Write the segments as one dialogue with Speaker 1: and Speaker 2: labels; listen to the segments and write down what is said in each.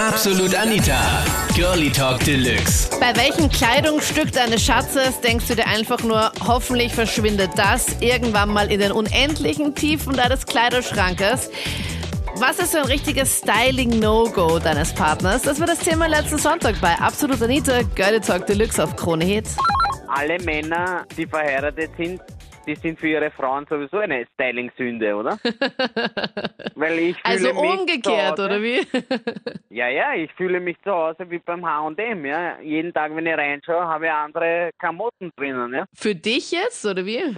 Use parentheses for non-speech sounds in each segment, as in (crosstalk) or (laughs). Speaker 1: Absolut Anita. Girlie Talk Deluxe.
Speaker 2: Bei welchem Kleidungsstück deines Schatzes denkst du dir einfach nur, hoffentlich verschwindet das irgendwann mal in den unendlichen Tiefen deines Kleiderschrankes? Was ist so ein richtiges Styling-No-Go deines Partners? Das war das Thema letzten Sonntag bei Absolut Anita, Girlie Talk Deluxe auf Krone Hits.
Speaker 3: alle Männer, die verheiratet sind, die sind für ihre Frauen sowieso eine
Speaker 2: (laughs)
Speaker 3: Styling-Sünde, oder? Weil ich fühle
Speaker 2: Also
Speaker 3: mich
Speaker 2: umgekehrt,
Speaker 3: zu Hause,
Speaker 2: oder wie?
Speaker 3: Ja, ja, ich fühle mich zu Hause wie beim H&M, ja. Jeden Tag, wenn ich reinschaue, habe ich andere Klamotten drinnen, ja.
Speaker 2: Für dich jetzt, oder wie?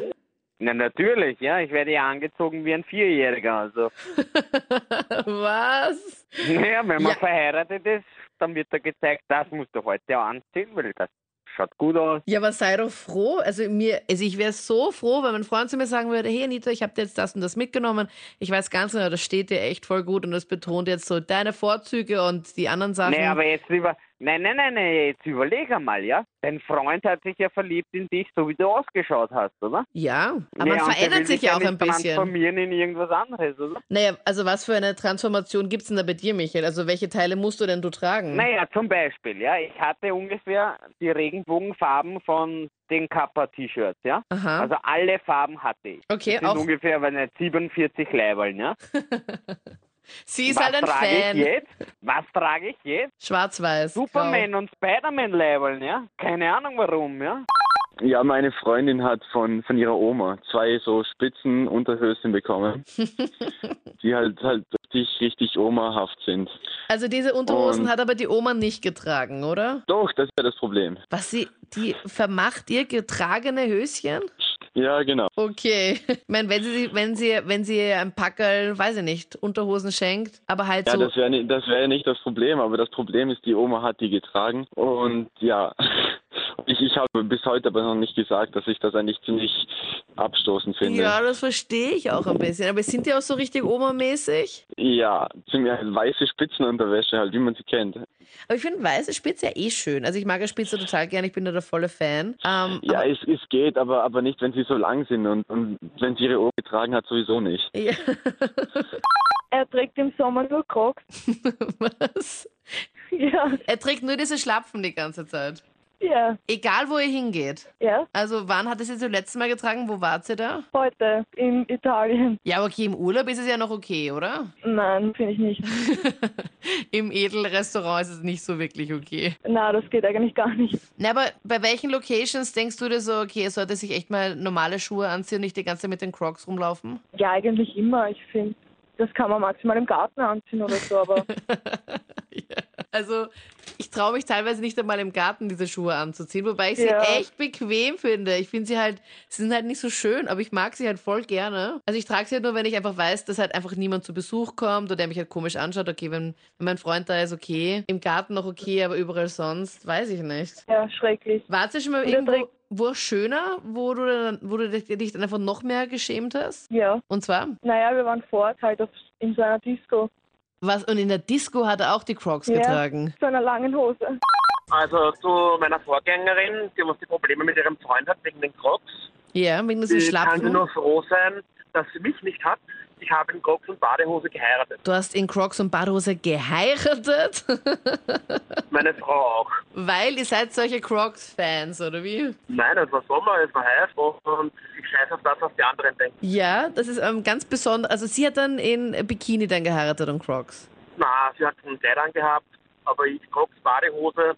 Speaker 3: Na, natürlich, ja. Ich werde ja angezogen wie ein Vierjähriger, also. (laughs)
Speaker 2: Was?
Speaker 3: Naja, wenn man
Speaker 2: Ja.
Speaker 3: verheiratet ist, dann wird da gezeigt, das musst du heute anziehen, weil das schaut gut aus.
Speaker 2: Ja, aber sei doch froh. Also mir, also ich wäre so froh, wenn mein Freund zu mir sagen würde, hey Anita, ich habe dir jetzt das und das mitgenommen. Ich weiß ganz genau, das steht dir echt voll gut und das betont jetzt so deine Vorzüge und die anderen Sachen.
Speaker 3: Nee, aber jetzt über. Nein, nein, nein, nein, jetzt überleg einmal, ja? Dein Freund hat sich ja verliebt in dich, so wie du ausgeschaut hast, oder?
Speaker 2: ja, aber
Speaker 3: Nee,
Speaker 2: man
Speaker 3: und der will
Speaker 2: verändert sich
Speaker 3: dich
Speaker 2: ja auch
Speaker 3: nicht
Speaker 2: ein bisschen.
Speaker 3: transformieren in irgendwas anderes, oder?
Speaker 2: Naja, also was für eine Transformation gibt's denn da bei dir, Michael? Also welche Teile musst du denn du tragen?
Speaker 3: Naja, zum Beispiel, ja, ich hatte ungefähr die Regenbogenfarben von den Kappa-T-Shirts, ja?
Speaker 2: Aha.
Speaker 3: Also alle Farben hatte ich.
Speaker 2: Okay,
Speaker 3: das sind
Speaker 2: Ah. auch-
Speaker 3: ungefähr weiß nicht, 47 Leiberln, ja?
Speaker 2: Sie ist
Speaker 3: Was
Speaker 2: halt ein
Speaker 3: trage ich
Speaker 2: Fan.
Speaker 3: jetzt? Was trage ich jetzt?
Speaker 2: Schwarz-Weiß.
Speaker 3: Superman und Spider-Man leiberln, ja? Keine Ahnung warum, ja?
Speaker 4: Ja, meine Freundin hat von, von ihrer Oma zwei so spitzen
Speaker 2: (laughs)
Speaker 4: Unterhöschen bekommen, die halt halt richtig, richtig omahaft sind.
Speaker 2: Grau. Also diese Unterhosen
Speaker 4: Und-
Speaker 2: hat aber die Oma nicht getragen, oder?
Speaker 4: Doch, das wäre das Problem.
Speaker 2: Was sie, die vermacht ihr getragene Höschen?
Speaker 4: Ja, genau.
Speaker 2: Okay. (laughs) Ich meine, wenn sie, sie- wenn sie, wenn sie ihr ein Packerl, weiß ich nicht, Unterhosen schenkt, aber halt
Speaker 4: Ja,
Speaker 2: so.
Speaker 4: das wäre ni- das wäre nicht das Problem, aber das Problem ist, die Oma hat die getragen und ja, (laughs) ich, ich habe bis heute aber noch nicht gesagt, dass ich das eigentlich ziemlich abstoßend finde.
Speaker 2: ja, das verstehe ich auch ein bisschen. Aber sind die auch so richtig Oma-mäßig?
Speaker 4: ja ziemlich halt weiße Spitzenunterwäsche halt, wie man sie kennt.
Speaker 2: Aber ich finde weiße Spitze ja eh schön. Also ich mag ja Spitze total gern, ich bin da der volle Fan. Ähm,
Speaker 4: Ja, es, es geht, aber, aber nicht, wenn sie so lang sind und, und wenn sie ihre Ohren getragen hat, sowieso nicht.
Speaker 2: aber, ja. (laughs)
Speaker 5: Er trägt im Sommer nur Crocs. (laughs)
Speaker 2: Was?
Speaker 5: Ja,
Speaker 2: Er trägt nur diese Schlapfen die ganze Zeit.
Speaker 5: ja,
Speaker 2: Egal, wo ihr hingeht.
Speaker 5: ja.
Speaker 2: Also wann hat es jetzt zum letzten Mal getragen? Wo wart ihr da?
Speaker 5: Heute in Italien.
Speaker 2: Ja, aber okay, im Urlaub ist es ja noch okay, oder?
Speaker 5: Nein, finde ich nicht.
Speaker 2: Im Edelrestaurant ist es nicht so wirklich okay.
Speaker 5: Na, das geht eigentlich gar nicht.
Speaker 2: Na, aber bei welchen Locations denkst du dir so, okay, er sollte sich echt mal normale Schuhe anziehen und nicht die ganze Zeit mit den Crocs rumlaufen?
Speaker 5: Ja, eigentlich immer. Ich finde, das kann man maximal im Garten anziehen oder so, aber
Speaker 2: Also, ich traue mich teilweise nicht einmal im Garten diese Schuhe anzuziehen, wobei ich sie
Speaker 5: Ja.
Speaker 2: echt bequem finde. Ich finde sie halt, sie sind halt nicht so schön, aber ich mag sie halt voll gerne. Also, ich trage sie halt nur, wenn ich einfach weiß, dass halt einfach niemand zu Besuch kommt oder der mich halt komisch anschaut. Okay, wenn, wenn mein Freund da ist, okay. Im Garten noch okay, aber überall sonst, weiß ich nicht.
Speaker 5: ja, schrecklich.
Speaker 2: Warst du schon mal
Speaker 5: Und er
Speaker 2: irgendwo,
Speaker 5: trägt-
Speaker 2: wo schöner, wo du, dann, wo du dich dich dann einfach noch mehr geschämt hast?
Speaker 5: Ja.
Speaker 2: Und zwar,
Speaker 5: Naja, wir waren fort halt auf, in so einer Disco.
Speaker 2: was, und in der Disco hat er auch die Crocs
Speaker 5: Ja.
Speaker 2: getragen.
Speaker 5: So einer langen Hose.
Speaker 6: Also zu meiner Vorgängerin, die was die Probleme mit ihrem Freund hat wegen den Øh, Crocs.
Speaker 2: Ja, wegen diesen
Speaker 3: Äh,
Speaker 6: Die kann sie
Speaker 2: Schlapfen.
Speaker 6: nur froh sein, dass sie mich nicht hat. Ich habe in Crocs und Badehose geheiratet.
Speaker 2: Du hast in Crocs und Badehose geheiratet,
Speaker 6: Meine Frau auch.
Speaker 2: (laughs) weil ihr seid solche Crocs-Fans, oder wie?
Speaker 6: Nein, es war Sommer, es war heiß und ich scheiße auf das, was die anderen denken.
Speaker 2: Ja, das ist ähm, ganz besonders. Also sie hat dann in Bikini dann geheiratet und Crocs.
Speaker 6: Na, sie hat einen Kleid angehabt, aber ich Crocs, Badehose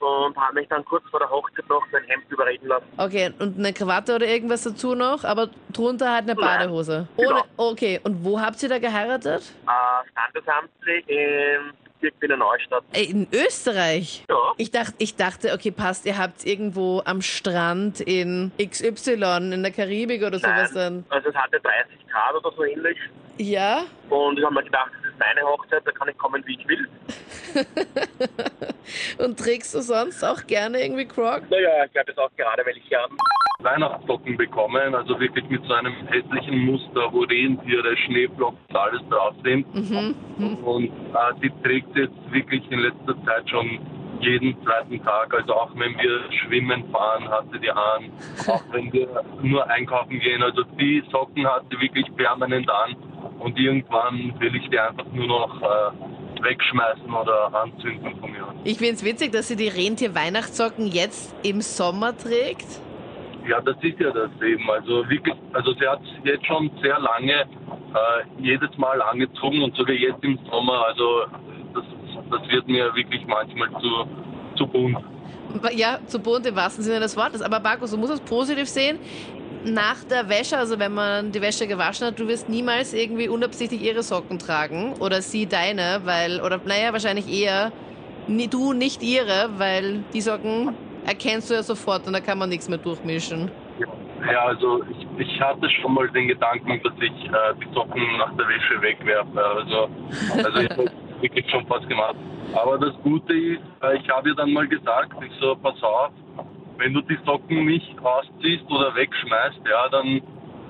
Speaker 6: und habe mich dann kurz vor der Hochzeit noch mein Hemd überreden lassen.
Speaker 2: Okay, und eine Krawatte oder irgendwas dazu noch, aber drunter halt eine Badehose. Ohne,
Speaker 6: genau.
Speaker 2: okay, und wo habt ihr da geheiratet?
Speaker 6: Äh, standesamtlich in Dirk Wiener Neustadt.
Speaker 2: Äh, In Österreich?
Speaker 6: Ja.
Speaker 2: Ich dachte, ich dachte, okay, passt, ihr habt irgendwo am Strand in XY, in der Karibik oder sowas dann.
Speaker 6: Also es hatte 30 Grad oder so ähnlich.
Speaker 2: Ja?
Speaker 6: Und ich habe mir gedacht, das ist meine Hochzeit, da kann ich kommen, wie ich will.
Speaker 2: Und trägst du sonst auch gerne irgendwie Crocs?
Speaker 6: Naja, ich glaube, das auch gerade, weil ich ja
Speaker 7: Weihnachtssocken bekommen, also wirklich mit so einem hässlichen Muster, wo Rentiere, Schneeflocken, alles drauf sind. Und äh, die trägt jetzt wirklich in letzter Zeit schon jeden zweiten Tag. Also auch wenn wir schwimmen fahren, hat sie die an. Auch wenn wir nur einkaufen gehen. Also die Socken hat sie wirklich permanent an. Und irgendwann will ich die einfach nur noch äh, wegschmeißen oder anzünden von mir. aus.
Speaker 2: Ich finde es witzig, dass sie die Rentier-Weihnachtssocken jetzt im Sommer trägt.
Speaker 7: Ja, das ist ja das eben. Also wirklich, also sie hat jetzt schon sehr lange äh, jedes Mal angezogen und sogar jetzt im Sommer. Also das, das wird mir wirklich manchmal zu, zu bunt.
Speaker 2: Ja, zu bunt im wahrsten Sinne des Wortes. Aber Markus, du musst es positiv sehen. Nach der Wäsche, also wenn man die Wäsche gewaschen hat, du wirst niemals irgendwie unabsichtlich ihre Socken tragen oder sie deine, weil, oder naja, wahrscheinlich eher ni- du nicht ihre, weil die Socken erkennst du ja sofort und da kann man nichts mehr durchmischen.
Speaker 7: Ja, also ich, ich hatte schon mal den Gedanken, dass ich äh, die Socken nach der Wäsche wegwerfe. Also, also ich habe wirklich schon was gemacht. Aber das Gute ist, äh, ich habe ihr dann mal gesagt, ich so, pass auf, wenn du die Socken nicht ausziehst oder wegschmeißt, ja, dann,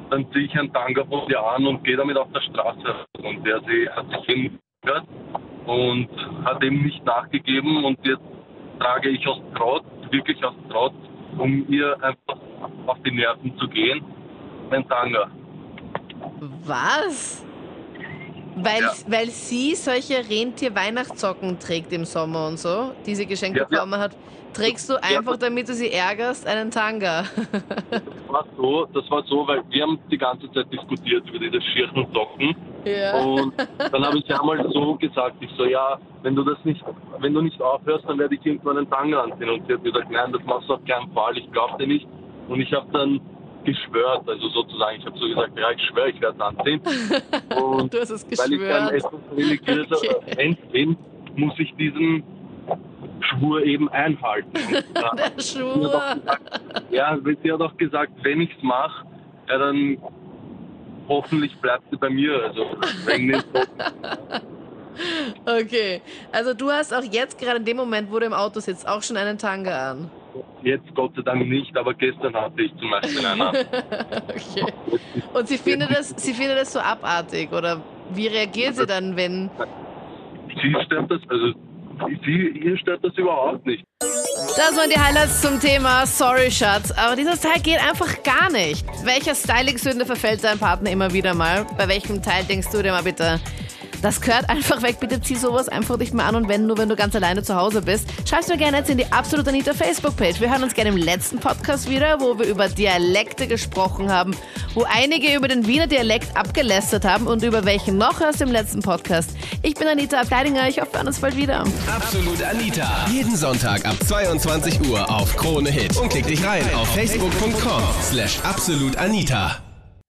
Speaker 7: dann ziehe ich einen Tanga von dir an und gehe damit auf der Straße. raus. Und der sie hat sich hingehört und hat ihm nicht nachgegeben und jetzt trage ich aus Trotz, wirklich aus Trotz, um ihr einfach auf die Nerven zu gehen, einen Tanga.
Speaker 2: Was? Weil,
Speaker 7: Ja.
Speaker 2: weil sie solche Rentier-Weihnachtssocken trägt im Sommer und so, die sie geschenkt
Speaker 7: Ja, ja.
Speaker 2: bekommen hat, trägst du einfach, damit du sie ärgerst, einen Tanga. (laughs)
Speaker 7: Das war so, das war so, weil wir haben die ganze Zeit diskutiert über diese schirren Socken.
Speaker 2: ja.
Speaker 7: Und dann habe ich ja mal so gesagt, ich so, ja, wenn du das nicht, wenn du nicht aufhörst, dann werde ich irgendwann einen Tanga anziehen. Und sie hat gesagt, nein, das machst du auf keinen Fall, ich glaube dir nicht. Und ich habe dann geschwört, also sozusagen, ich habe so gesagt, ja, ich schwöre, ich werde es anziehen. Und
Speaker 2: Du hast es
Speaker 7: weil ich dann
Speaker 2: geschwört.
Speaker 7: etwas religiöser
Speaker 2: Okay.
Speaker 7: Mensch bin, muss ich diesen Schwur eben einhalten. Und, ja,
Speaker 2: Der
Speaker 7: sie hat
Speaker 2: Schwur.
Speaker 7: auch gesagt, ja, sie hat auch gesagt, wenn ich es mache, ja, dann hoffentlich bleibt sie bei mir. Also wegen den Socken.
Speaker 2: Okay. Also du hast auch jetzt gerade in dem Moment, wo du im Auto sitzt, auch schon einen Tanga an. (laughs)
Speaker 7: Jetzt Gott sei Dank nicht, aber gestern hatte ich zum Beispiel einen.
Speaker 2: Okay. Und sie findet das, sie findet das so abartig oder wie reagiert sie dann, wenn
Speaker 7: Sie stört das, also sie, ihr stört das überhaupt nicht.
Speaker 2: Das waren die Highlights zum Thema Sorry Schatz. Aber dieser Teil geht einfach gar nicht. Welcher Styling-Sünde verfällt dein Partner immer wieder mal? Bei welchem Teil denkst du dir mal bitte? Das gehört einfach weg. Bitte zieh sowas einfach nicht mehr an und wenn nur, wenn du ganz alleine zu Hause bist. Schreib's mir gerne jetzt in die Absolut Anita Facebook-Page. Wir hören uns gerne im letzten Podcast wieder, wo wir über Dialekte gesprochen haben, wo einige über den Wiener Dialekt abgelästert haben und über welchen noch aus dem letzten Podcast. Ich bin Anita Ableidinger. Ich hoffe, wir hören uns bald wieder.
Speaker 1: Absolut Anita. Jeden Sonntag ab 22 Uhr auf Krone Hit. Und klick dich rein auf facebook.com slash absolutanita.